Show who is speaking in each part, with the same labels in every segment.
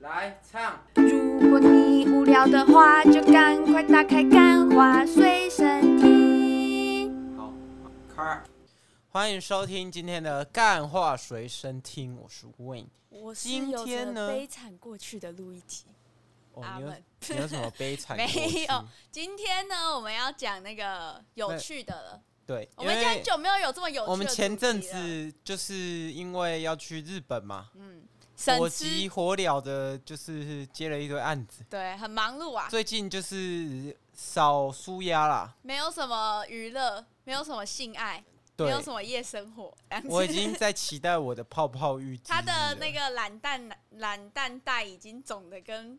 Speaker 1: 来唱。
Speaker 2: 如果你无聊的话，就赶快打开《干花随身听》。
Speaker 1: 好，开。欢迎收听今天的《干话随身听》，我是 Win。
Speaker 3: 我是
Speaker 1: 今
Speaker 3: 有
Speaker 1: 天
Speaker 3: 着
Speaker 1: 呢
Speaker 3: 悲惨过去的录一集。
Speaker 1: 哦，
Speaker 3: 阿
Speaker 1: 你有
Speaker 3: 门
Speaker 1: 你有什么悲惨过去？
Speaker 3: 没有今天呢，我们要讲那个有趣的了。
Speaker 1: 对，
Speaker 3: 我们
Speaker 1: 因为
Speaker 3: 已经很久没有有这么有趣的
Speaker 1: 我们前阵
Speaker 3: 主题了，
Speaker 1: 子就是因为要去日本嘛，
Speaker 3: 嗯，
Speaker 1: 火
Speaker 3: 省
Speaker 1: 急
Speaker 3: 之
Speaker 1: 火燎的，就是接了一堆案子。
Speaker 3: 对，很忙碌啊，
Speaker 1: 最近就是少舒压啦，
Speaker 3: 没有什么娱乐，没有什么性爱，没
Speaker 1: 对，
Speaker 3: 有什么夜生活。这样子
Speaker 1: 我已经在期待我的泡泡浴。
Speaker 3: 他的那个懒蛋懒蛋蛋已经肿的跟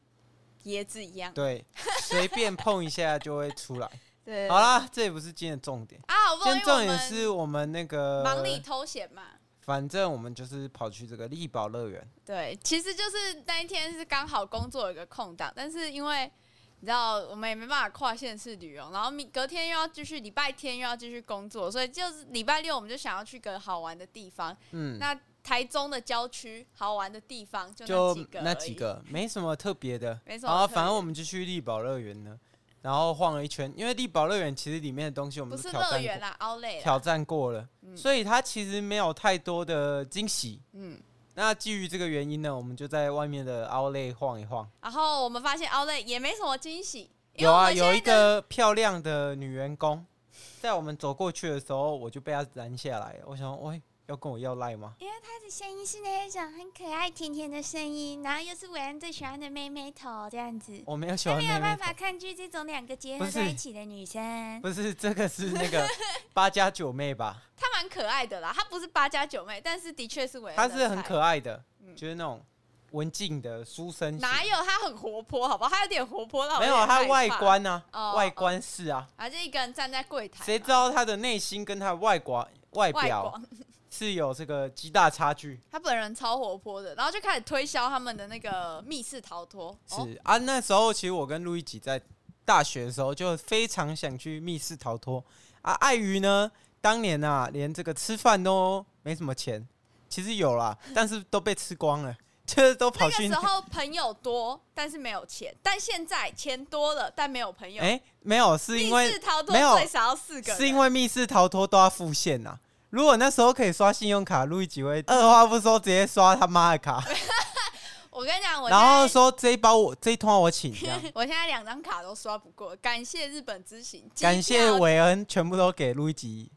Speaker 3: 椰子一样。
Speaker 1: 对，随便碰一下就会出来。
Speaker 3: 对，
Speaker 1: 好啦，这也不是今天的重点。
Speaker 3: 啊，好不
Speaker 1: 今
Speaker 3: 容易
Speaker 1: 天重
Speaker 3: 我
Speaker 1: 点
Speaker 3: 们
Speaker 1: 是呃我们那个
Speaker 3: 忙里偷闲嘛。
Speaker 1: 反正我们就是跑去这个力宝乐园，
Speaker 3: 对，其实就是那一天是刚好工作有一个空档，但是因为你知道我们也没办法跨县市旅游，然后明隔天又要继续，礼拜天又要继续工作，所以就是礼拜六我们就想要去个好玩的地方。
Speaker 1: 嗯，
Speaker 3: 那台中的郊区好玩的地方就那
Speaker 1: 就
Speaker 3: 几个，
Speaker 1: 那几，个，没什么特别的。
Speaker 3: 没什么
Speaker 1: 然后
Speaker 3: 特别
Speaker 1: 反正我们就去力宝乐园呢，然后晃了一圈，因为力宝乐园其实里面的东西我
Speaker 3: 不
Speaker 1: 们都
Speaker 3: 是
Speaker 1: 挑
Speaker 3: 乐
Speaker 1: 战
Speaker 3: 园
Speaker 1: 过，
Speaker 3: 啦，奥莱啦，
Speaker 1: 挑战过了，
Speaker 3: 嗯
Speaker 1: 所以它其实没有太多的惊喜。
Speaker 3: 嗯。
Speaker 1: 那基于这个原因呢，我们就在外面的 Outlet 晃一晃。
Speaker 3: 然后我们发现奥莱也没什么惊喜，因为
Speaker 1: 有
Speaker 3: 我
Speaker 1: 啊，
Speaker 3: 们现
Speaker 1: 有一
Speaker 3: 在
Speaker 1: 个
Speaker 3: 的
Speaker 1: 漂亮的女员工，在我们走过去的时候，我就被她拦下来。我想说，喂，要跟我要赖吗？
Speaker 2: 她的声音是那一种很可爱甜甜的声音，然后又是伟恩最喜欢的妹妹头这样子。
Speaker 1: 我没有喜
Speaker 2: 她
Speaker 1: 欢
Speaker 2: 没
Speaker 1: 妹
Speaker 2: 有
Speaker 1: 妹
Speaker 2: 办
Speaker 1: 头
Speaker 2: 法，抗拒这种两个结
Speaker 1: 不
Speaker 2: 合
Speaker 1: 是
Speaker 2: 在一起的女生。
Speaker 1: 不是这个是那 个八家九妹吧？
Speaker 3: 她蛮可爱的啦，她不是八家九妹，但是的确是维
Speaker 1: 她是很可爱的，
Speaker 3: 嗯
Speaker 1: 就是那种文静的书生型。
Speaker 3: 哪有她很活泼，好不好？她有点活泼到我
Speaker 1: 没有
Speaker 3: 点
Speaker 1: 她
Speaker 3: 害
Speaker 1: 外
Speaker 3: 怕，
Speaker 1: 观啊，
Speaker 3: 哦
Speaker 1: 外观是啊，
Speaker 3: 啊，就一个人站在柜台嘛，
Speaker 1: 谁知道她的内心跟她的外观外
Speaker 3: 外
Speaker 1: 表
Speaker 3: 观？
Speaker 1: 是有这个极大差距？
Speaker 3: 他本人超活泼的，然后就开始推销他们的那个密室逃脱。哦，
Speaker 1: 是啊，那时候其实我跟路易吉在大学的时候就非常想去密室逃脱啊，碍于呢当年啊连这个吃饭都没什么钱，其实有啦，但是都被吃光了，就是都跑
Speaker 3: 那个
Speaker 1: 去
Speaker 3: 时候朋友多，但是没有钱；但现在钱多了，但没有朋友。
Speaker 1: 哎、没有是
Speaker 3: 密
Speaker 1: 因为
Speaker 3: 室逃脱
Speaker 1: 没有
Speaker 3: 最少要四个人，
Speaker 1: 是因为密室逃脱都要付现呐、如果那时候可以刷信用卡，路易吉会二话不说直接刷他妈的卡，
Speaker 3: 我跟你讲，我
Speaker 1: 然后
Speaker 3: 现在
Speaker 1: 说这一包我这一通我请，这 样
Speaker 3: 我现在两张卡都刷不过，感谢日本之行，机
Speaker 1: 感谢
Speaker 3: 票
Speaker 1: 韦恩全部都给路易吉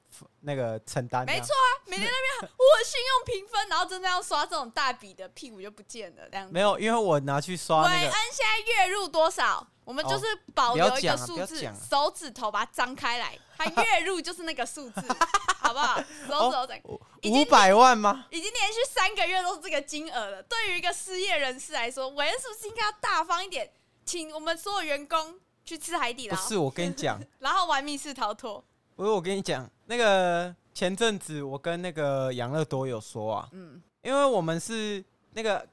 Speaker 1: 那个承担。
Speaker 3: 没错啊，每天那 边我信用评分，然后真的要刷这种大笔的，屁股就不见了这样子。
Speaker 1: 没有，因为我拿去刷
Speaker 3: 韦
Speaker 1: 那
Speaker 3: 恩
Speaker 1: 个，哦
Speaker 3: 现在月入多少？我们就是保留一个
Speaker 1: 不
Speaker 3: 数
Speaker 1: 要
Speaker 3: 字，
Speaker 1: 讲啊不
Speaker 3: 手指头把它张开来，它月入就是那个数 字，好不好？手指头张，已经
Speaker 1: 五百万吗？
Speaker 3: 已经连续三个月都是这个金额了。对于一个失业人士来说，韦恩是不是应该要大方一点，请我们所有员工去吃海底
Speaker 1: 不
Speaker 3: 捞，
Speaker 1: 是，我跟你 讲，
Speaker 3: 然后玩密室逃脱？
Speaker 1: 不是我跟你讲，那个前阵子我跟那个养乐多有说啊，
Speaker 3: 嗯，
Speaker 1: 因为我们是那个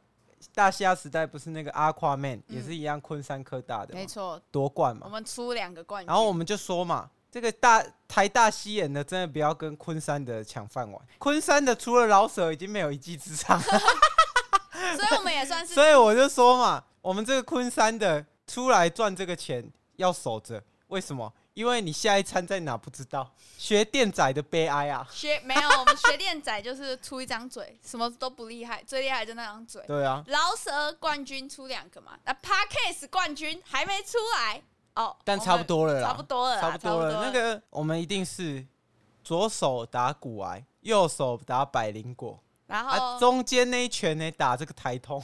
Speaker 1: 大西亚时代，不是那个阿夸 man 也是一样，昆山科大的嘛
Speaker 3: 嗯没错，
Speaker 1: 夺冠
Speaker 3: 我
Speaker 1: 嘛，
Speaker 3: 们出两个冠军，
Speaker 1: 然后我们就说嘛。这个大台大西演的真的不要跟昆山的抢饭碗，昆山的除了老舍已经没有一技之长，
Speaker 3: 所以我们也算 是
Speaker 1: 所以我就说嘛，我们这个昆山的出来赚这个钱要守着，为什么？因为你下一餐在哪不知道， 学店仔的悲哀啊！
Speaker 3: 学没有，我们学练仔就是出一张嘴，什么都不厉害，最厉害就那张嘴。
Speaker 1: 对啊，
Speaker 3: 饶舌冠军出两个嘛，那 Parkes 冠军还没出来哦，
Speaker 1: 但
Speaker 3: 我们
Speaker 1: 差不多了啦，
Speaker 3: 差不多了啦，
Speaker 1: 差不
Speaker 3: 差不多
Speaker 1: 多了。那个我们一定是左手打骨癌，右手打百灵果，啊
Speaker 3: 然后、
Speaker 1: 啊，中间那一拳呢打这个台通，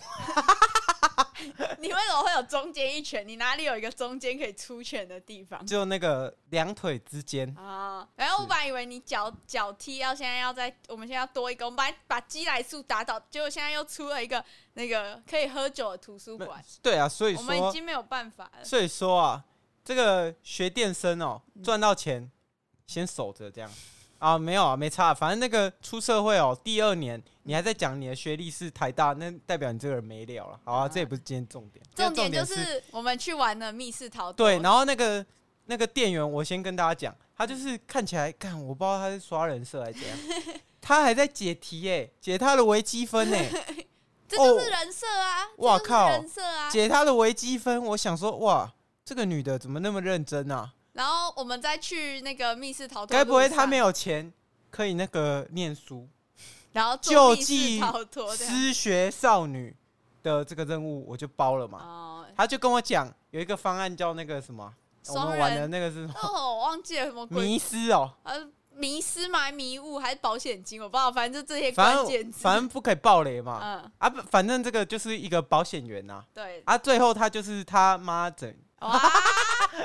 Speaker 3: 你为什么会有中间一拳？你哪里有一个中间可以出拳的地 方？
Speaker 1: 就那个两腿之间，
Speaker 3: 啊，然后我本来以为你脚脚踢要现在要在我们现在要多一个，我们本来把鸡来素打倒，结果现在又出了一个那个可以喝酒的图书馆，
Speaker 1: 对啊，所以
Speaker 3: 我们已
Speaker 1: 说，
Speaker 3: 经没有办法了。
Speaker 1: 所以说啊，这个学电生哦，
Speaker 3: 嗯
Speaker 1: 赚到钱先守着这样啊，没有啊，没差啊，反正那个出社会哦，第二年你还在讲你的学历是台大，那代表你这个人没聊了，好啊，
Speaker 3: 啊
Speaker 1: 这也不是今天重点，今
Speaker 3: 重
Speaker 1: 天
Speaker 3: 点就
Speaker 1: 重
Speaker 3: 是我们去玩了密室逃脱，
Speaker 1: 对，然后那个那个店员，我先跟大家讲，他就是看起来，干我不知道他是刷人设还是怎样， 他还在解题耶、解他的微积分呢、
Speaker 3: 这就
Speaker 1: 哦
Speaker 3: 是人设啊，这
Speaker 1: 哇
Speaker 3: 就是
Speaker 1: 靠
Speaker 3: 人设 啊。
Speaker 1: 解他的微积分，我想说，哇，这个女的怎么那么认真啊？
Speaker 3: 然后我们再去那个密室逃脱，
Speaker 1: 该不会她没
Speaker 3: 有？
Speaker 1: 有钱可以那个念书？
Speaker 3: 然后
Speaker 1: 救
Speaker 3: 做密
Speaker 1: 济
Speaker 3: 室逃脱这样。
Speaker 1: 失学少女的这个任务我就包了嘛。
Speaker 3: 哦，
Speaker 1: 他就跟我讲有一个方案叫那个什么，我
Speaker 3: 双
Speaker 1: 们
Speaker 3: 人
Speaker 1: 玩的那个是什么
Speaker 3: 哦，我忘记了什么鬼
Speaker 1: 迷失哦，
Speaker 3: 呃迷失吗？迷雾还是保险金？我不知道，反正就这些
Speaker 1: 反
Speaker 3: 关
Speaker 1: 正
Speaker 3: 键词。
Speaker 1: 反正不可以暴雷嘛。
Speaker 3: 嗯，
Speaker 1: 啊，不，反正这个就是一个保险员呐、
Speaker 3: 对。
Speaker 1: 啊，最后他就是他妈整
Speaker 3: 哇，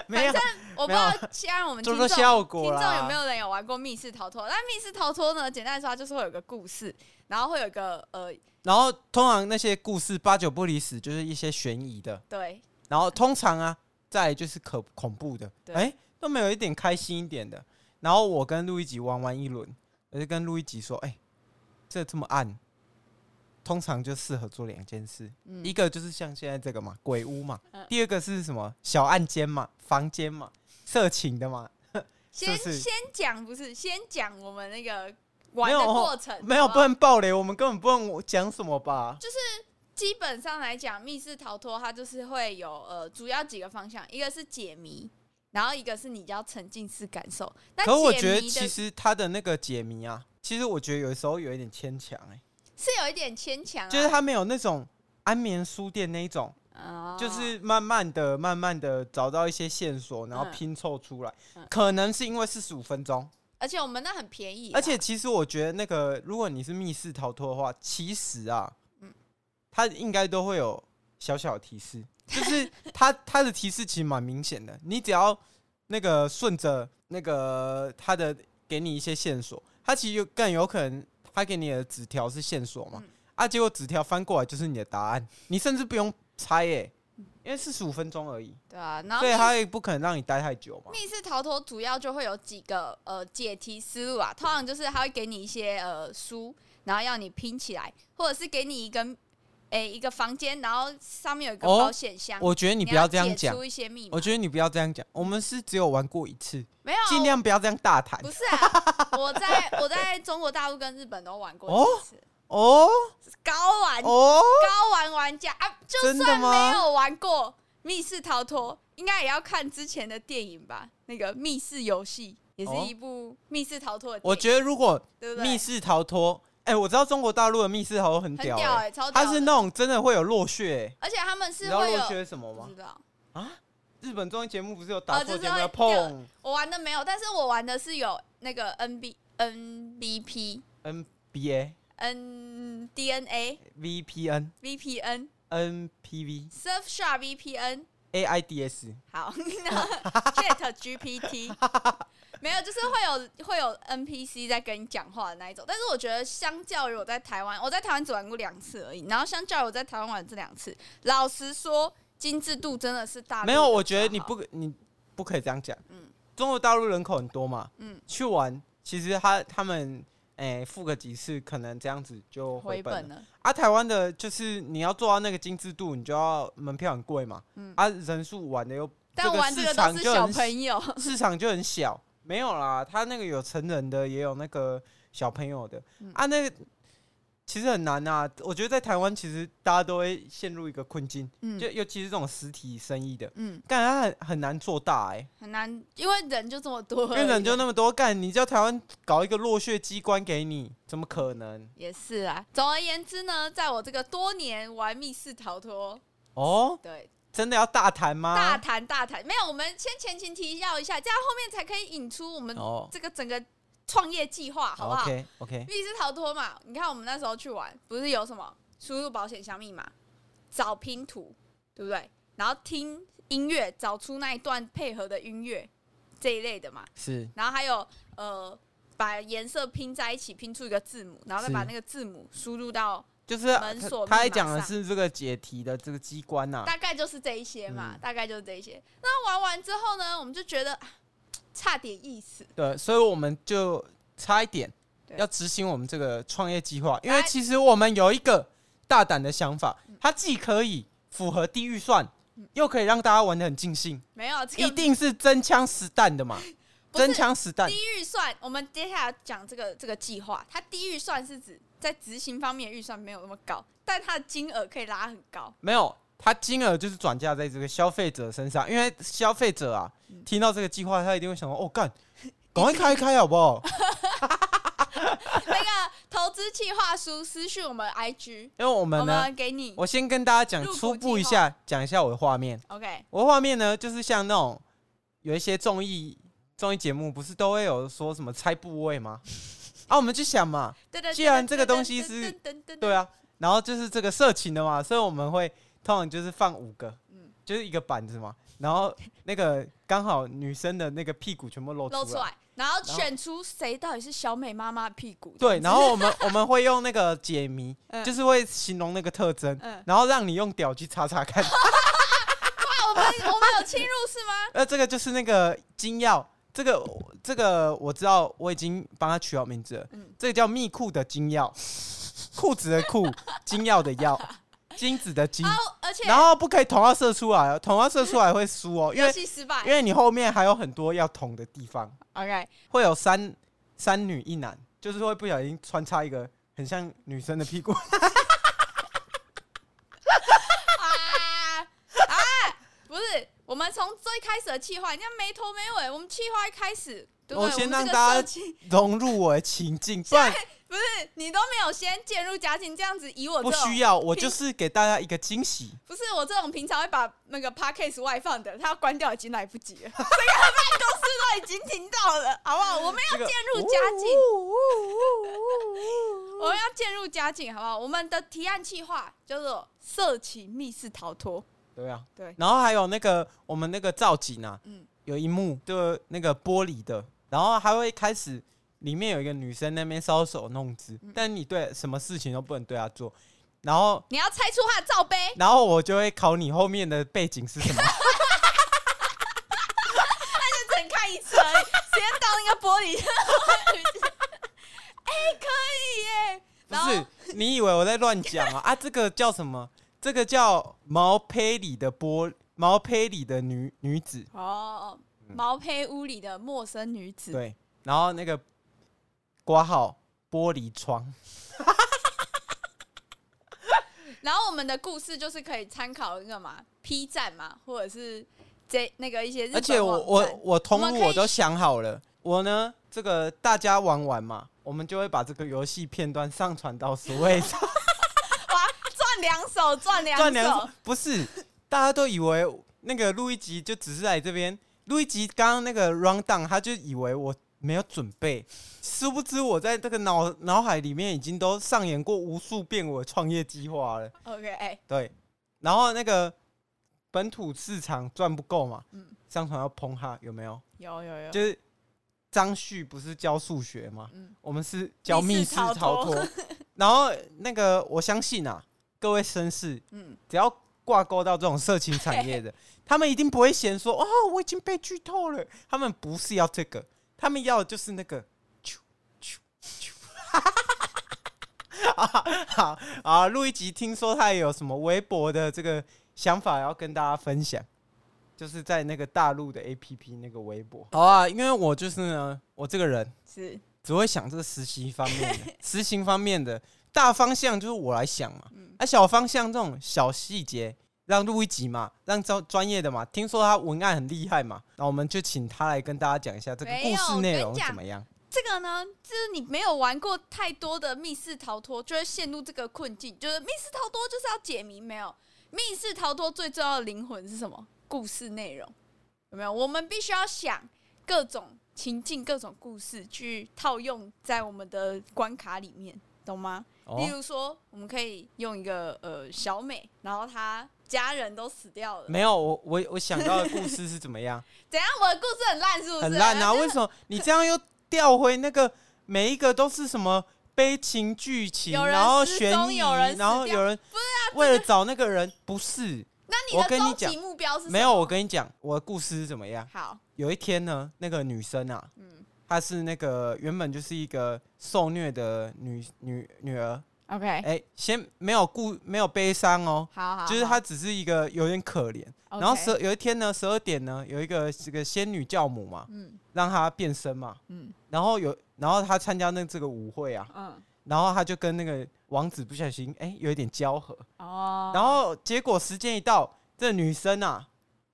Speaker 1: 没有
Speaker 3: 反我不知道现在我们听
Speaker 1: 做做
Speaker 3: 众
Speaker 1: 效果
Speaker 3: 听
Speaker 1: 啦，
Speaker 3: 众有没有人有玩过密室逃脱？那密室逃脱呢？简单来说，它就是会有个故事，然后会有一个呃，
Speaker 1: 然后通常那些故事八九不离十，就是一些悬疑的，
Speaker 3: 对，
Speaker 1: 然后通常啊，再来就是可恐怖的，
Speaker 3: 对
Speaker 1: 哎、都没有一点开心一点的。然后我跟路易吉玩完一轮，我就跟路易吉说，哎、这这么暗，通常就适合做两件事，
Speaker 3: 嗯
Speaker 1: 一个就是像现在这个嘛，鬼屋嘛，
Speaker 3: 嗯
Speaker 1: 第二个是什么小暗间嘛，房间嘛，色情的嘛，
Speaker 3: 先
Speaker 1: 是不是
Speaker 3: 先讲不是，先讲我们那个玩
Speaker 1: 没
Speaker 3: 的
Speaker 1: 有哦
Speaker 3: 过程，
Speaker 1: 没有
Speaker 3: 好
Speaker 1: 不
Speaker 3: 好
Speaker 1: 能暴雷，我们根本不能讲什么吧？
Speaker 3: 基本上来讲，密室逃脱它就是会有呃主要几个方向，一个是解谜，然后一个是你要沉浸式感受。那
Speaker 1: 可我
Speaker 3: 解
Speaker 1: 觉得
Speaker 3: 谜的
Speaker 1: 其实他的那个解谜啊，其实我觉得有时候有一点牵强哎，
Speaker 3: 是有一点牵强、啊，
Speaker 1: 就是他没有那种安眠书店那一种，
Speaker 3: 哦
Speaker 1: 就是慢慢的、慢慢的找到一些线索，然后
Speaker 3: 嗯
Speaker 1: 拼凑出来
Speaker 3: 嗯。
Speaker 1: 可能是因为四十五分钟，
Speaker 3: 而且我们那很便宜啊，
Speaker 1: 而且其实我觉得那个如果你是密室逃脱的话，其实啊
Speaker 3: 嗯，
Speaker 1: 它应该都会有小小的提示， 就是它它的提示其实蛮明显的，你只要那个顺着那个它的给你一些线索，它其实有更有可能它给你的纸条是线索嘛，
Speaker 3: 嗯
Speaker 1: 啊，结果纸条翻过来就是你的答案，你甚至不用猜耶、因为四十五分钟而已，
Speaker 3: 对啊，然后
Speaker 1: 所以
Speaker 3: 密
Speaker 1: 它也不可能让你待太久嘛。
Speaker 3: 密室逃脱主要就会有几个呃解题思路啊，通常就是他会给你一些呃书，然后要你拼起来，或者是给你一个诶、一个房间，然后上面有一个
Speaker 1: 哦
Speaker 3: 保险箱。
Speaker 1: 我觉得你
Speaker 3: 你
Speaker 1: 不要这样
Speaker 3: 解
Speaker 1: 讲
Speaker 3: 出，一些密码
Speaker 1: 我。觉得你不要这样讲，我们是只有玩过一次，
Speaker 3: 没有啊，
Speaker 1: 尽量不要这样大谈
Speaker 3: 不是啊，我 在我在中国大陆跟日本都玩过
Speaker 1: 哦
Speaker 3: 几次，
Speaker 1: 哦
Speaker 3: 高玩、
Speaker 1: 哦。
Speaker 3: 高玩玩家啊，就
Speaker 1: 真的
Speaker 3: 算没
Speaker 1: 吗
Speaker 3: 有玩过密室逃脱，应该也要看之前的电影吧？那个密室游戏也是
Speaker 1: 哦
Speaker 3: 一部密室逃脱的电影，
Speaker 1: 我觉得如果
Speaker 3: 对不对？
Speaker 1: 密室逃脱，哎、我知道中国大陆的密室逃脱很
Speaker 3: 很
Speaker 1: 屌、
Speaker 3: 屌
Speaker 1: 欸，
Speaker 3: 哎、超屌
Speaker 1: 它
Speaker 3: 的！
Speaker 1: 是那种真的会有落穴、欸，
Speaker 3: 而且他们
Speaker 1: 你
Speaker 3: 是
Speaker 1: 知道
Speaker 3: 会
Speaker 1: 落
Speaker 3: 有
Speaker 1: 穴是什么
Speaker 3: 不
Speaker 1: 吗
Speaker 3: 知？道，
Speaker 1: 日本综艺节目不是有打破
Speaker 3: 就是
Speaker 1: 节目要
Speaker 3: 会
Speaker 1: 碰
Speaker 3: 我玩的没有，但是我玩的是有那个 N B N B P
Speaker 1: NBA、
Speaker 3: N D N A
Speaker 1: VPN、
Speaker 3: V P N
Speaker 1: NPV、
Speaker 3: Surfshark V P N。
Speaker 1: AIDS，
Speaker 3: 好然后，Chat GPT，没有，就是会有会有 NPC 在跟你讲话的那一种。但是我觉得，相较于我在台湾，我在台湾只玩过两次而已。然后，相较于我在台湾玩这两次，老实说，精致度真的是大陆
Speaker 1: 没有，
Speaker 3: 的
Speaker 1: 我觉得
Speaker 3: 比
Speaker 1: 你
Speaker 3: 较好
Speaker 1: 不你不可以这样讲。
Speaker 3: 嗯
Speaker 1: 中国大陆人口很多嘛，
Speaker 3: 嗯
Speaker 1: 去玩其实他他们哎、付个几次，可能这样子就
Speaker 3: 回
Speaker 1: 回本了
Speaker 3: 本。了。
Speaker 1: 啊，台湾的就是你要做到那个精致度，你就要门票很贵嘛，
Speaker 3: 嗯
Speaker 1: 啊，人数玩的又
Speaker 3: 但玩这
Speaker 1: 市
Speaker 3: 个
Speaker 1: 场
Speaker 3: 都是
Speaker 1: 就
Speaker 3: 小
Speaker 1: 很
Speaker 3: 朋友，
Speaker 1: 市场就很小，没有啦，他那个有成人的，也有那个小朋友的、
Speaker 3: 嗯
Speaker 1: 啊，那个其实很难啊。我觉得在台湾其实大家都会陷入一个困境，
Speaker 3: 嗯
Speaker 1: 就尤其是这种实体生意的，
Speaker 3: 嗯，
Speaker 1: 干他很很难做大哎、
Speaker 3: 很难，因为人就这么多而
Speaker 1: 因
Speaker 3: 已 啊，
Speaker 1: 为人就那么多，干你叫台湾搞一个落穴机关给你，怎么可能？
Speaker 3: 也是啊。总而言之呢，在我这个多年玩密室逃脱，
Speaker 1: 哦，
Speaker 3: 对
Speaker 1: 真的要大谈吗？
Speaker 3: 大谈大谈，没有，我们先前情提要一下，这样后面才可以引出我们
Speaker 1: 哦
Speaker 3: 这个整个创业计划，好不好？
Speaker 1: ？OK OK，
Speaker 3: 密室逃脱嘛，你看我们那时候去玩，不是有什么输入保险箱密码、找拼图，对不对？然后听音乐，找出那一段配合的音乐这一类的嘛。
Speaker 1: 是
Speaker 3: 然后还有呃，把颜色拼在一起，拼出一个字母，然后再把
Speaker 1: 是
Speaker 3: 那个字母输入到，
Speaker 1: 就是
Speaker 3: 门锁
Speaker 1: 他他还
Speaker 3: 密码
Speaker 1: 讲的
Speaker 3: 上
Speaker 1: 是这个解题的这个机关呐、
Speaker 3: 大概就是这一些嘛，
Speaker 1: 啊嗯
Speaker 3: 大概就是这一些。那玩完之后呢，我们就觉得啊差点意思，
Speaker 1: 对，所以我们就差一点
Speaker 3: 对哎
Speaker 1: 要执行我们这个创业计划，因
Speaker 3: 来
Speaker 1: 为其实我们有一个大胆的想法，它既可以符合低预算
Speaker 3: 嗯，
Speaker 1: 又可以让大家玩的很尽兴，
Speaker 3: 没有这个
Speaker 1: 一定是真枪实弹的嘛，
Speaker 3: 不是
Speaker 1: 真枪实弹
Speaker 3: 低。预算，我们接下来讲这个这个计划，它低预算是指在执行方面的预算没有那么高，但它的金额可以拉很 高。
Speaker 1: 没有，它金额就是转嫁在这个消费者身上，因为消费者啊，
Speaker 3: 嗯
Speaker 1: 听到这个计划，他一定会想说：“哦， 干，赶快开一开好不好
Speaker 3: 那个投资计划书私讯我们 IG，？”
Speaker 1: 因为我
Speaker 3: 我
Speaker 1: 们呢，
Speaker 3: 们给你。
Speaker 1: 我先跟大家讲
Speaker 3: 入股
Speaker 1: 初步一
Speaker 3: 计划
Speaker 1: 下，讲一下我的画面。
Speaker 3: OK，
Speaker 1: 我的画面呢，就是像那种有一些综艺综艺节目，不是都会有说什么猜部位 吗？啊，我们就想嘛，
Speaker 3: 对对。
Speaker 1: 既然这个东西是对，啊，然后就是这个色情的嘛，所以我们会通常就是放五个，
Speaker 3: 嗯
Speaker 1: 就是一个板子嘛，然后那个刚好女生的那个屁股全部露
Speaker 3: 露
Speaker 1: 出
Speaker 3: 出
Speaker 1: 来，
Speaker 3: 来，然后
Speaker 1: 然后
Speaker 3: 选出谁到底是小美妈妈的屁股。
Speaker 1: 对，然后我们我们会用那个解谜，
Speaker 3: 嗯
Speaker 1: 就是会形容那个特征，
Speaker 3: 嗯
Speaker 1: 然后让你用屌去擦擦看，
Speaker 3: 啊，我们我们有 侵入是吗？
Speaker 1: 呃，这个就是那个金钥，这个这个我知道，我已经帮他取好名字了，
Speaker 3: 嗯
Speaker 1: 这个叫密裤的金钥，裤子的裤，金钥的钥，金子的金。
Speaker 3: 啊，而且
Speaker 1: 然后不可以捅到射出来，哦，捅到射出来会输 哦，因
Speaker 3: 游
Speaker 1: 为
Speaker 3: 戏失败
Speaker 1: 因。为你后面还有很多要捅的地方，
Speaker 3: OK，
Speaker 1: 会有三三女一男，就是会不小心穿插一个很像女生的屁股。
Speaker 3: 啊啊！不是，我们从最开始的计划，人家没头没尾。我们计划一开始，对不对？
Speaker 1: 我哦先
Speaker 3: 们这
Speaker 1: 让
Speaker 3: 个
Speaker 1: 大家
Speaker 3: 设计
Speaker 1: 融入我的情境，不然
Speaker 3: 不是你都没有先介入家庭，这样子以我这
Speaker 1: 不
Speaker 3: 种
Speaker 1: 需要， 我就是给大家一个惊喜。
Speaker 3: 不是我这种平常会把那个 podcast 外放的，他要关掉已经来不及 了，整个办公室都已经听到了，好不好？我们
Speaker 1: 这
Speaker 3: 要
Speaker 1: 个哦
Speaker 3: 渐入佳境， 我们要渐入佳境，好不好？我们的提案计划叫做“色情密室逃脱
Speaker 1: 对啊，
Speaker 3: 对
Speaker 1: 然后还有那个我们那个造景啊，
Speaker 3: 嗯
Speaker 1: 有一幕就那个玻璃的，然后还会开始里面有一个女生那边搔首弄姿，
Speaker 3: 嗯
Speaker 1: 但你对什么事情都不能对她做，然后”，
Speaker 3: 你要猜出他的罩杯，
Speaker 1: 然后我就会考你后面的背景是什么，
Speaker 3: 就只能看一次而已，直接到那个玻璃。 哎、可以耶！
Speaker 1: 不
Speaker 3: 然后
Speaker 1: 是？你以为我在乱讲啊？啊，这个叫什么？这个叫毛坯里的玻毛坯里的女女子，
Speaker 3: 哦，毛坯屋里的陌生女子，
Speaker 1: 对，然后那个挂号玻璃窗，
Speaker 3: 然后我们的故事就是可以参考那个嘛 P 站嘛，或者是这那个一些日本
Speaker 1: 而且我
Speaker 3: 网
Speaker 1: 我
Speaker 3: 站
Speaker 1: 我通
Speaker 3: 我们
Speaker 1: 路
Speaker 3: 可以
Speaker 1: 我都想好了，我呢这个大家玩玩嘛，我们就会把这个游戏片段上传到 Switch
Speaker 3: 哇赚两手赚两手，
Speaker 1: 赚两手，不是大家都以为那个录一集就只是来这边，录一集刚刚那个 round down，他就以为我没有准备，殊不知我在这个脑脑海里面已经都上演过无数遍我的创业计划了。
Speaker 3: OK，哎、
Speaker 1: 对，然后那个本土市场赚不够嘛，
Speaker 3: 嗯
Speaker 1: 上传要捧哈有没有？
Speaker 3: 有有有，
Speaker 1: 就是张旭不是教数学吗？
Speaker 3: 嗯
Speaker 1: 我们是教密室逃
Speaker 3: 密室
Speaker 1: 脱。然后那个我相信啊，各位绅士，
Speaker 3: 嗯，
Speaker 1: 只要挂钩到这种色情产 业的，他们一定不会嫌说哦，我已经被剧透了。他们不是要这个，他们要的就是那个。啾啾啾 好好啊！录一集，听说他也有什么微博的这个想法要跟大家分享，就是在那个大陆的 APP 那个微博。好啊，因为我就是呢，我这个人
Speaker 3: 是
Speaker 1: 只会想这个实习方面 的，实行方面的大方向就是我来想嘛，
Speaker 3: 嗯
Speaker 1: 啊，小方向这种小细节让录一集嘛，让专专业的嘛，听说他文案很厉害嘛，那我们就请他来跟大家讲一下这个
Speaker 3: 没
Speaker 1: 故
Speaker 3: 有
Speaker 1: 事
Speaker 3: 我
Speaker 1: 内
Speaker 3: 跟
Speaker 1: 容
Speaker 3: 你讲
Speaker 1: 怎么样。
Speaker 3: 这个呢，就是你没有玩过太多的密室逃脱，就会陷入这个困境。就是密室逃脱就是要解谜，没有密室逃脱最重要的灵魂是什么？故事内容有没有？我们必须要想各种情境、各种故事去套用在我们的关卡里面，懂吗？例
Speaker 1: 哦，
Speaker 3: 如说，我们可以用一个呃小美，然后她家人都死掉了，
Speaker 1: 没有，我我我想到的故事是怎么 样？
Speaker 3: 怎样？我的故事很烂是不是？
Speaker 1: 很烂啊！为什么你这样又调回那个每一个都是什么悲情剧情，
Speaker 3: 有人
Speaker 1: 然后
Speaker 3: 失
Speaker 1: 悬
Speaker 3: 踪
Speaker 1: 疑，
Speaker 3: 有人死
Speaker 1: 然后有
Speaker 3: 掉
Speaker 1: 人不是啊，为了找那个人不是
Speaker 3: 那你
Speaker 1: 我跟你
Speaker 3: 的终
Speaker 1: 讲
Speaker 3: 极目标是什么
Speaker 1: 没有。我跟你讲，我的故事是怎么样？
Speaker 3: 好，
Speaker 1: 有一天呢，那个女生啊，
Speaker 3: 嗯
Speaker 1: 她是那个原本就是一个受虐的女女女儿，
Speaker 3: ，OK，、
Speaker 1: 哎、先没有故没有悲伤哦，
Speaker 3: 好好，
Speaker 1: 就是
Speaker 3: 好
Speaker 1: 她，只是一个有点可怜。
Speaker 3: OK
Speaker 1: 然后十有一天呢，十二点呢，有一个这个仙女教母嘛，
Speaker 3: 嗯
Speaker 1: 让她变身嘛，
Speaker 3: 嗯
Speaker 1: 然后有然后她参加那这个舞会啊，
Speaker 3: 嗯，
Speaker 1: 然后她就跟那个王子不小心哎、有一点交合，
Speaker 3: 哦，
Speaker 1: 然后结果时间一到，这女生啊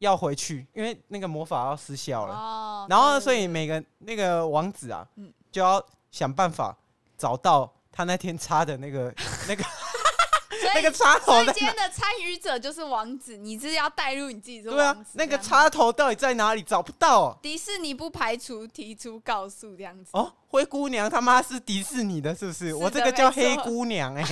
Speaker 1: 要回去，因为那个魔法要失效了。
Speaker 3: 哦，
Speaker 1: 然后
Speaker 3: 对
Speaker 1: 呢，所以
Speaker 3: 对对
Speaker 1: 每个那个王子啊
Speaker 3: 嗯，
Speaker 1: 就要想办法找到他那天插的那个那个
Speaker 3: 所以
Speaker 1: 那个插头
Speaker 3: 所以
Speaker 1: 在
Speaker 3: 今
Speaker 1: 哪
Speaker 3: 天。的参与者就是王子，你是要带入你自己是王
Speaker 1: 对
Speaker 3: 子
Speaker 1: 啊，那个
Speaker 3: 这样吗
Speaker 1: 插头到底在哪里？找不到啊
Speaker 3: 迪士尼不排除提出告诉这样子。
Speaker 1: 哦！灰姑娘他妈是迪士尼的，是不是？
Speaker 3: 的
Speaker 1: 我这个叫
Speaker 3: 没错
Speaker 1: 黑姑娘哎、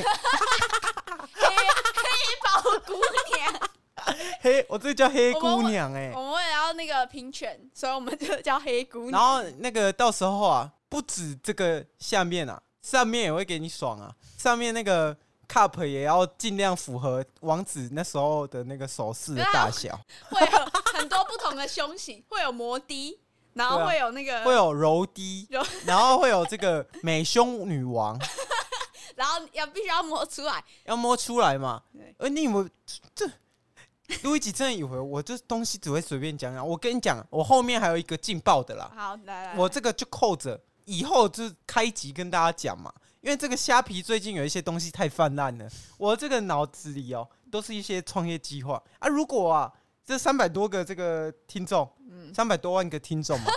Speaker 3: 黑黑宝姑 娘，
Speaker 1: 哎黑我这个叫黑姑娘哎、
Speaker 3: 我们为了要那个平权，所以我们就叫黑姑娘。
Speaker 1: 然后那个到时候啊，不止这个下面啊，上面也会给你爽啊。上面那个 cup 也要尽量符合王子那时候的那个手势
Speaker 3: 啊
Speaker 1: 的大小，
Speaker 3: 会有很多不同的胸型，会有摩的，然后
Speaker 1: 对啊
Speaker 3: 会有那个，
Speaker 1: 会有柔滴
Speaker 3: 柔，
Speaker 1: 然后会有这个美胸女王，
Speaker 3: 然后要必须要磨出来。
Speaker 1: 要摸出来嘛
Speaker 3: 对。
Speaker 1: 而你以为这路易吉真的以为我这东西只会随便讲讲？我跟你讲，我后面还有一个劲爆的啦，
Speaker 3: 好，来来，
Speaker 1: 我这个就扣着，以后就是开集跟大家讲嘛。因为这个虾皮最近有一些东西太泛滥了，我这个脑子里哦都是一些创业计划啊。如果啊，这三百多个这个听众，
Speaker 3: 嗯
Speaker 1: 三百多万个听 众嘛，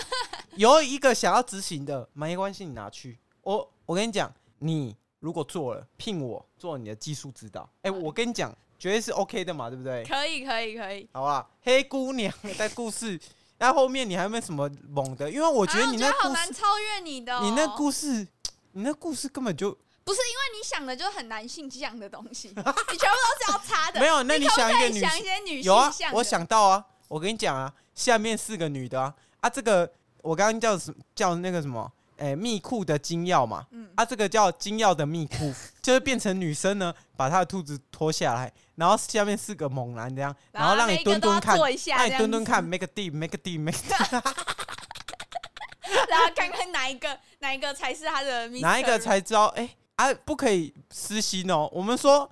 Speaker 1: 有一个想要执行的，没关系，你拿去。我我跟你讲，你如果做了，聘我做你的技术指导，哎、我跟你讲，绝对是 OK 的嘛，对不对？
Speaker 3: 嗯可以可以可以。
Speaker 1: 好吧，黑姑娘的故事，那后面你还有没有什么猛的？因为我觉得
Speaker 3: 啊
Speaker 1: 你
Speaker 3: 我
Speaker 1: 那
Speaker 3: 好
Speaker 1: 故
Speaker 3: 难
Speaker 1: 事，
Speaker 3: 超越你的哦、
Speaker 1: 你那故事，你那故事根本就
Speaker 3: 不是因为你想的就很男性向的东西，你 全部都是要擦的。
Speaker 1: 没有。那
Speaker 3: 你可不
Speaker 1: 想一
Speaker 3: 可
Speaker 1: 个
Speaker 3: 以
Speaker 1: 女
Speaker 3: 想一
Speaker 1: 性，
Speaker 3: 些女性
Speaker 1: 有啊
Speaker 3: 向，的
Speaker 1: 我想到啊，我跟你讲啊，下面四个女的啊，啊，这个我刚刚叫什叫那个什么，哎、密裤的金钥嘛，
Speaker 3: 嗯
Speaker 1: 啊，这个叫金钥的密裤， 就是变成女生呢，把她的兔子脱下来，然后下面四个猛男这样，然后让你
Speaker 3: 每一个
Speaker 1: 蹲
Speaker 3: 都要
Speaker 1: 蹲看，
Speaker 3: 做一下，
Speaker 1: 让你
Speaker 3: 这
Speaker 1: 蹲蹲
Speaker 3: 样子
Speaker 1: 看，make a D，make a D，make。
Speaker 3: 然后看看哪一个哪一个才是他的 Mr.
Speaker 1: 哪一个才知道？哎、啊，不可以私心哦。我们说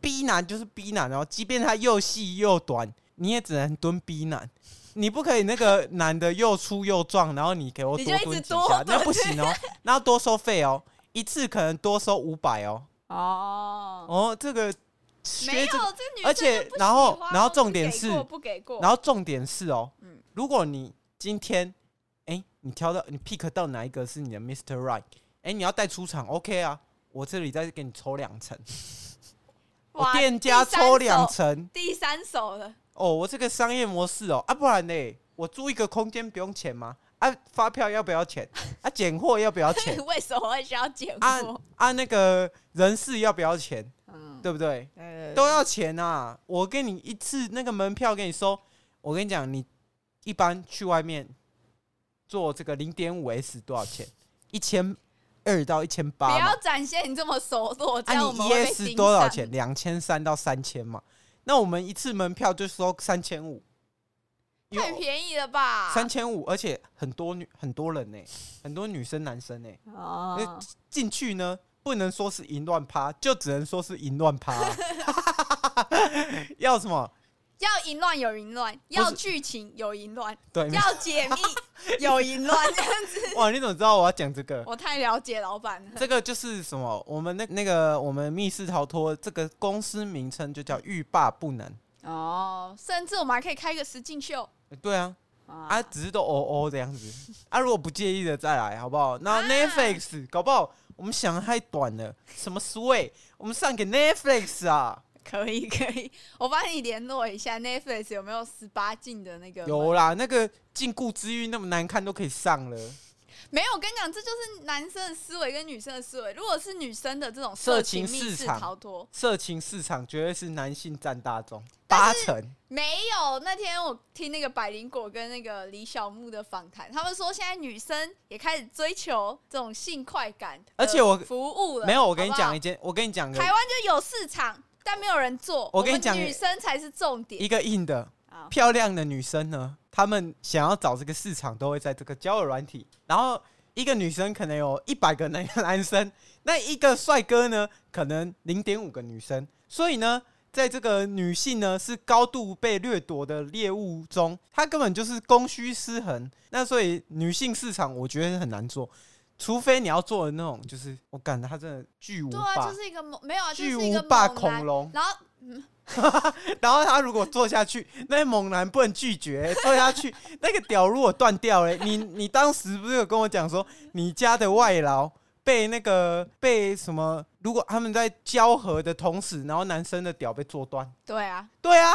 Speaker 1: B 男就是 B 男哦，即便他又细又短，你也只能蹲 B 男。你不可以那个 男的又粗又壮，然后你给我
Speaker 3: 你
Speaker 1: 多
Speaker 3: 就一直
Speaker 1: 蹲几
Speaker 3: 多
Speaker 1: 下，
Speaker 3: 蹲
Speaker 1: 那不行 哦，那要多收费哦，一次可能多收五百哦。
Speaker 3: 哦？
Speaker 1: 哦，这个学
Speaker 3: 没有，
Speaker 1: 这个，
Speaker 3: 这女生
Speaker 1: 而且
Speaker 3: 就不喜欢
Speaker 1: 然后然后
Speaker 3: 不
Speaker 1: 重点
Speaker 3: 给
Speaker 1: 是
Speaker 3: 过不给过，
Speaker 1: 然后重点是哦，
Speaker 3: 嗯
Speaker 1: 如果你今天哎、你挑到你 pick 到哪一个是你的 Mr. Right，哎、你要带出场 OK 啊，我这里再给你抽两层。我
Speaker 3: 哇
Speaker 1: 店家
Speaker 3: 第三
Speaker 1: 抽两
Speaker 3: 手
Speaker 1: 成
Speaker 3: 第三手了，
Speaker 1: 哦，我这个商业模式哦，啊，不然呢，我租一个空间不用钱吗？啊，发票要不要钱？啊，拣货要不要 钱？
Speaker 3: 为什么会需要解
Speaker 1: 啊
Speaker 3: 惑？
Speaker 1: 啊，那个人事要不要钱？
Speaker 3: 嗯，
Speaker 1: 对不对？
Speaker 3: 对
Speaker 1: 都要钱啊！我给你一次那个门票给你收，我跟你讲，你一般去外面做这个零点五 S 多少钱？一千二到一千
Speaker 3: 不
Speaker 1: 八嘛
Speaker 3: 要。展现你这么熟络，这
Speaker 1: 啊，
Speaker 3: 样我
Speaker 1: 你
Speaker 3: 们
Speaker 1: E
Speaker 3: 会被
Speaker 1: S
Speaker 3: 盯
Speaker 1: 多少
Speaker 3: 上
Speaker 1: 钱？？两千三到三千嘛。那我们一次门票就收三千五，因为
Speaker 3: 太便宜了吧？
Speaker 1: 三千五，而且很多女很多人呢、很多女生男生呢、
Speaker 3: 哦，
Speaker 1: 进去呢，不能说是淫乱趴，就只能说是淫乱趴 啊、要什么？
Speaker 3: 要淫乱有淫乱，要
Speaker 1: 是
Speaker 3: 剧情有淫乱，
Speaker 1: 对，
Speaker 3: 要解密有淫乱， 这样子
Speaker 1: 哇，你怎么知道我要讲这个？
Speaker 3: 我太了解老板了。
Speaker 1: 这个就是什么？我们那那个我们密室逃脱这个公司名称就叫欲罢不能。
Speaker 3: 哦，甚至我们还可以开个实境秀
Speaker 1: 呃对啊，啊，
Speaker 3: 啊！
Speaker 1: 只是都哦哦这样 子。啊，如果不介意的再来，好不好？
Speaker 3: 啊
Speaker 1: 然后 Netflix、搞不好我们想的太短了，什么 Sway，我们上给 Netflix 啊。
Speaker 3: 可以可以，我帮你联络一下 Netflix 有没有十八禁的那个？
Speaker 1: 有，啦，那个禁锢之欲那么难看都可以上了，
Speaker 3: 没有，我跟你讲，这就是男生的思维跟女生的思维。如果是女生的这种
Speaker 1: 色
Speaker 3: 色
Speaker 1: 情
Speaker 3: 情
Speaker 1: 市
Speaker 3: 密室
Speaker 1: 场
Speaker 3: 逃脱，
Speaker 1: 色情市场绝对是男性占大宗，八成。
Speaker 3: 没有。那天我听那个百灵果跟那个李小牧的访谈，他们说现在女生也开始追求这种性快感的
Speaker 1: 而且我
Speaker 3: 服务了。
Speaker 1: 没有，我跟你讲一
Speaker 3: 好
Speaker 1: 件，我跟你讲
Speaker 3: 不
Speaker 1: 个
Speaker 3: 好台湾就有市场，但没有人做。
Speaker 1: 我跟你讲
Speaker 3: 们女生才是重
Speaker 1: 一
Speaker 3: 点。
Speaker 1: 个硬的，
Speaker 3: 好
Speaker 1: 漂亮的女生呢，她们想要找这个市场，都会在这个交友软体。然后一个女生可能有一百个男男生， 那一个帅哥呢，可能零点五个女生。所以呢，在这个女性呢是高度被掠夺的猎物中，她根本就是供需失衡。那所以女性市场，我觉得很难做。除非你要做的那种，就是我感觉她真的巨无
Speaker 3: 对啊，
Speaker 1: 霸
Speaker 3: 就，是一个猛没有啊，就
Speaker 1: 巨
Speaker 3: 是一
Speaker 1: 无
Speaker 3: 个
Speaker 1: 霸
Speaker 3: 猛
Speaker 1: 恐
Speaker 3: 男。
Speaker 1: 龙，
Speaker 3: 然后
Speaker 1: 然后他如果坐下去，那猛男不能拒 绝、坐下去，那个屌如果断掉嘞，你你当时不是有跟我讲说，你家的外劳被那个被什么？如果他们在交合的同时，然后男生的屌被坐断，
Speaker 3: 对啊，
Speaker 1: 对啊，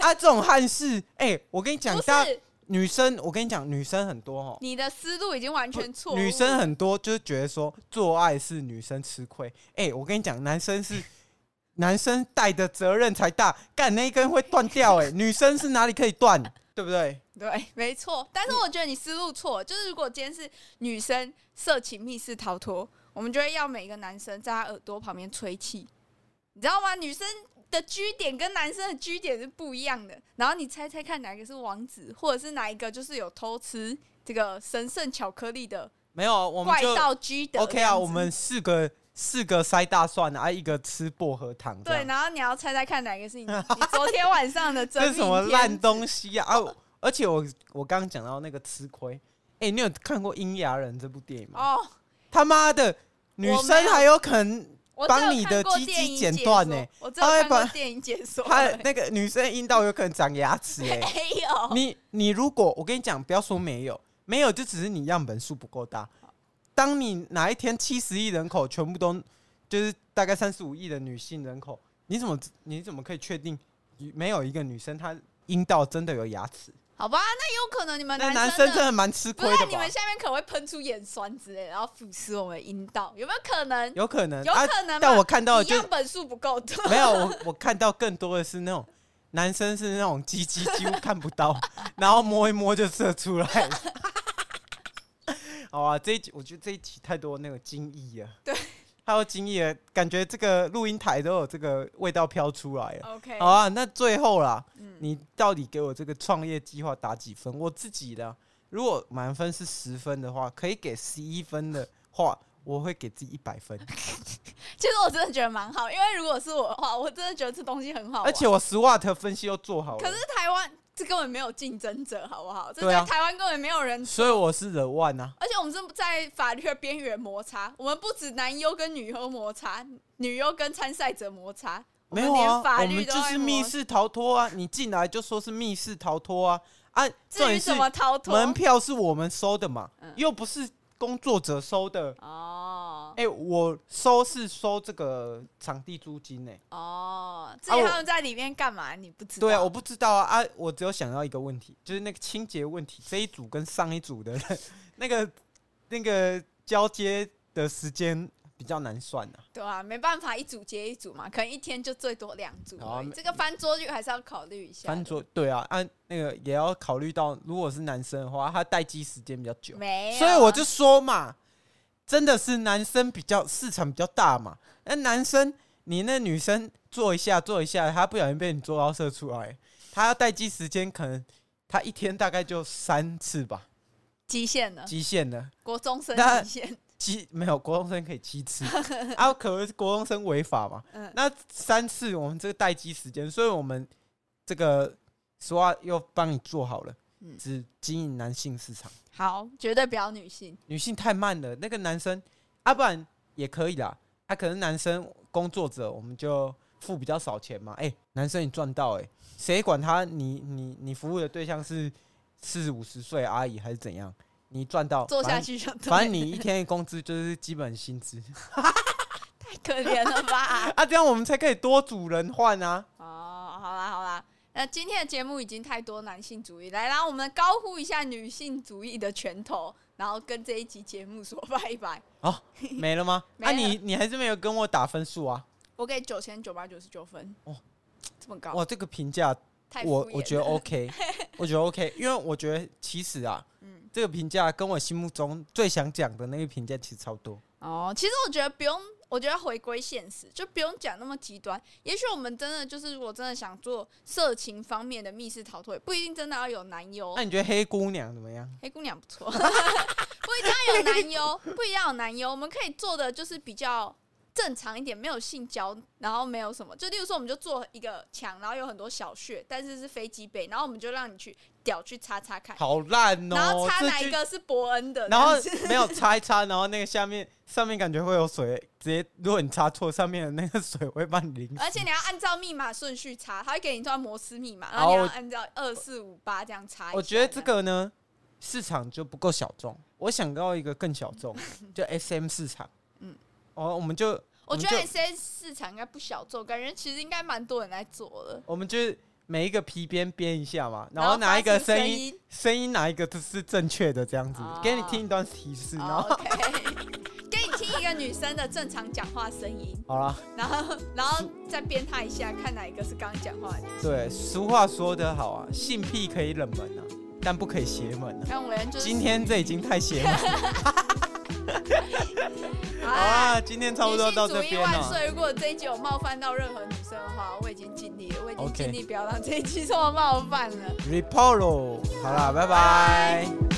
Speaker 1: 啊这种憾事，哎、我跟你讲，
Speaker 3: 不
Speaker 1: 大家
Speaker 3: 是
Speaker 1: 女生，我跟你讲，女生很多哦，
Speaker 3: 你的思路已经完全错误了。
Speaker 1: 女生很多就是觉得说做爱是女生吃亏，哎、我跟你讲，男生是 男生带的责任才大，干那一根会断掉、 哎，女生是哪里可以断，对不对？
Speaker 3: 对，没错。但
Speaker 1: 嗯
Speaker 3: 是我觉得你思路错，就是如果今天是女生色情密室逃脱，我们就会要每个男生在他耳朵旁边吹气，你知道吗？女生的居点跟男生的居点是不一样的。然后你猜猜看，哪一个是王子，或者是哪一个就是有偷吃这个神圣巧克力的
Speaker 1: 没有，我们
Speaker 3: 怪
Speaker 1: 就
Speaker 3: 盗居德
Speaker 1: OK
Speaker 3: 这样
Speaker 1: 啊，
Speaker 3: 子
Speaker 1: 我们四个四个塞大蒜啊，一个吃薄荷糖，啊这
Speaker 3: 对，
Speaker 1: 样
Speaker 3: 然后你要猜猜看哪一个 是你你昨天晚上的真
Speaker 1: 这是什么
Speaker 3: 命天
Speaker 1: 烂东西啊？啊我而且我我刚刚讲到那个吃亏，哎、你有看过《阴阳人》这部电影吗？
Speaker 3: 哦？
Speaker 1: 他妈的，女生还有可能
Speaker 3: 我只有
Speaker 1: 帮你的
Speaker 3: 看过
Speaker 1: 鸡
Speaker 3: 电
Speaker 1: 鸡
Speaker 3: 影
Speaker 1: 剪
Speaker 3: 解
Speaker 1: 断
Speaker 3: 说
Speaker 1: 呢
Speaker 3: 我只
Speaker 1: 他
Speaker 3: 有
Speaker 1: 会
Speaker 3: 看过
Speaker 1: 把
Speaker 3: 电影解说欸
Speaker 1: 她
Speaker 3: 而已，
Speaker 1: 那个女生阴道有可能长牙齿哎、
Speaker 3: 没有。
Speaker 1: 你你如果我跟你讲，不要说没有，没有就只是你样本数不够大。当你哪一天七十亿人口全部都就是大概三十五亿的女性人口，你怎么你怎么可以确定没有一个女生她阴道真的有牙齿？
Speaker 3: 好吧，那有可能你们
Speaker 1: 那
Speaker 3: 呃男
Speaker 1: 男
Speaker 3: 生
Speaker 1: 生真的蛮吃
Speaker 3: 不
Speaker 1: 亏
Speaker 3: 是啊
Speaker 1: 的
Speaker 3: 你
Speaker 1: 吧
Speaker 3: 们？下面可能会喷出眼酸之类的，然后腐蚀我们的阴道，有没有可能？
Speaker 1: 有可能，
Speaker 3: 有
Speaker 1: 啊
Speaker 3: 可能嘛、
Speaker 1: 但我看到的
Speaker 3: 你
Speaker 1: 就
Speaker 3: 样本数不够 多，
Speaker 1: 没有，我我看到更多的是那种男生是那种鸡鸡几乎看不 到，然后摸一摸就射出来了。好啊，这一集我觉得这一集太多那个精益了，
Speaker 3: 对，
Speaker 1: 太多精益了，感觉这个录音台都有这个味道飘出来了。
Speaker 3: OK，
Speaker 1: 好啊，那最后啦，
Speaker 3: 嗯
Speaker 1: 你到底给我这个创业计划打几分？我自己的，如果满分是十分的话，可以给十一分的话，我会给自己一百分。
Speaker 3: 其实我真的觉得蛮好，因为如果是我的话，我真的觉得这东西很好玩
Speaker 1: 而且我 SWOT 分析又做好了，
Speaker 3: 可是台湾这根本没有竞争者，好不好？这
Speaker 1: 对啊
Speaker 3: 在台湾根本没有人。
Speaker 1: 所以我是惹万啊，
Speaker 3: 而且我们是在法律的边缘摩擦，我们不止男优跟女优摩擦，女优跟参赛者摩擦，我
Speaker 1: 没
Speaker 3: 们
Speaker 1: 有
Speaker 3: 连
Speaker 1: 啊，
Speaker 3: 法
Speaker 1: 我
Speaker 3: 律
Speaker 1: 们
Speaker 3: 都
Speaker 1: 就
Speaker 3: 在
Speaker 1: 是
Speaker 3: 摩
Speaker 1: 密
Speaker 3: 擦。
Speaker 1: 室逃脱啊，你进来就说是密室逃脱啊啊，重
Speaker 3: 至于
Speaker 1: 点是
Speaker 3: 怎么逃脱，
Speaker 1: 门票是我们收的嘛，
Speaker 3: 嗯
Speaker 1: 又不是工作者收的。
Speaker 3: 哦
Speaker 1: 哎、我收是收这个场地租金呢、
Speaker 3: 哦，至
Speaker 1: 啊
Speaker 3: 于
Speaker 1: 我
Speaker 3: 他们在里面干嘛，你不知道？
Speaker 1: 对啊，我不知道啊啊！我只有想到一个问题，就是那个清洁问题，这一组跟上一组的 那个那个交接的时间比较难算啊。
Speaker 3: 对啊，没办法，一组接一组嘛，可能一天就最多两组
Speaker 1: 好啊
Speaker 3: 而已。
Speaker 1: 没
Speaker 3: 这个翻桌率还是要考虑一下的。
Speaker 1: 翻桌对啊，按、那个也要考虑到，如果是男生的话，他待机时间比较久，
Speaker 3: 没有，啊
Speaker 1: 所以我就说嘛，真的是男生比较市场比较大嘛。那男生，你那女生做一下做一下，他不小心被你做到射出来，他要待机时间可能他一天大概就三次吧，
Speaker 3: 极限了，
Speaker 1: 极限了。
Speaker 3: 国中生
Speaker 1: 那
Speaker 3: 极 限。
Speaker 1: 七没有国中生可以七次，啊，可是国中生违法嘛？
Speaker 3: 嗯
Speaker 1: 那三次我们这个待机时间，所以我们这个实话又帮你做好了，
Speaker 3: 嗯
Speaker 1: 只经营男性市场，
Speaker 3: 好，绝对不要女性。
Speaker 1: 女性太慢了。那个男生，啊，不然也可以啦，啊，可能男生工作者我们就付比较少钱嘛。哎、男生你赚到哎、谁管他？你你你服务的对象是四五十岁阿姨还是怎样？你赚到
Speaker 3: 做
Speaker 1: 反
Speaker 3: 下
Speaker 1: 正
Speaker 3: 去就对
Speaker 1: 反正你一天的工资就是基本薪资
Speaker 3: 太可怜了 吧？
Speaker 1: 啊，这样我们才可以多组人换 啊。
Speaker 3: 哦，好啦好啦，那今天的节目已经太多男性主义，来，让我们高呼一下女性主义的拳头，然后跟这一集节目说拜拜。
Speaker 1: 啊，没了吗？
Speaker 3: 没了
Speaker 1: 啊，你你还是没有跟我打分数啊？
Speaker 3: 我给九千九百九十九分，
Speaker 1: 哦
Speaker 3: 这么高，
Speaker 1: 哇，这个评价
Speaker 3: 太
Speaker 1: 我
Speaker 3: 敷衍
Speaker 1: 我觉得
Speaker 3: 了
Speaker 1: OK，我觉得 OK，因为我觉得其实啊，
Speaker 3: 嗯
Speaker 1: 这个评价跟我心目中最想讲的那个评价其实差不多。
Speaker 3: 哦，其实我觉得不用，我觉得回归现实，就不用讲那么极端。也许我们真的就是，如果真的想做色情方面的密室逃脱，也不一定真的要有男优。
Speaker 1: 那你觉得黑姑娘怎么样？
Speaker 3: 黑姑娘不错，不 一定要有男优，不一定要有男优，我们可以做的就是比较正常一点，没有性交，然后没有什么，就例如说，我们就做一个墙，然后有很多小穴，但是是飞机杯，然后我们就让你去屌去擦擦看，
Speaker 1: 好烂
Speaker 3: 然后
Speaker 1: 哦！
Speaker 3: 擦
Speaker 1: 这
Speaker 3: 哪一
Speaker 1: 句？
Speaker 3: 个是伯恩的，
Speaker 1: 然后
Speaker 3: 这样子
Speaker 1: 没有擦一擦，然后那个下面上面感觉会有水，直接如果你擦错，上面的那个水会把你淋死。
Speaker 3: 而且你要按照密码顺序查，他会给你一段摩斯密码，然
Speaker 1: 好
Speaker 3: 后你
Speaker 1: 我
Speaker 3: 要按照二四五八这样查一下。
Speaker 1: 我觉得这个呢，市场就不够小众。我想到一个更小 众，就 SM 市场。嗯
Speaker 3: 嗯，
Speaker 1: 哦，我们就
Speaker 3: 我觉
Speaker 1: 我
Speaker 3: 得
Speaker 1: 们
Speaker 3: S S 市场应该不小众，感觉其实应该蛮多人在做的。
Speaker 1: 我们就每一个皮鞭编一下嘛，
Speaker 3: 然
Speaker 1: 然后
Speaker 3: 后
Speaker 1: 哪一个
Speaker 3: 发出声
Speaker 1: 音
Speaker 3: 音
Speaker 1: 声音哪一个是正确的这样子
Speaker 3: 哦，
Speaker 1: 给你听一段提示，然
Speaker 3: 哦
Speaker 1: 后
Speaker 3: OK，给你听一个女生的正常讲话声音，
Speaker 1: 好了。
Speaker 3: 然后然后再编她一下，看哪一个是刚讲话的女生。
Speaker 1: 对，俗话说得好啊，性癖可以冷门啊，但不可以邪门啊。
Speaker 3: 看我们就是
Speaker 1: 今天这已经太邪门 了好
Speaker 3: 啊，
Speaker 1: 啊！今天差不多到这
Speaker 3: 女性
Speaker 1: 边
Speaker 3: 主义万
Speaker 1: 了。
Speaker 3: 岁！如果这一集有冒犯到任何女生的话，我已经尽力了，我已经
Speaker 1: OK
Speaker 3: 尽力不要让这一集受到冒犯了。
Speaker 1: Report 咯好啦，拜拜。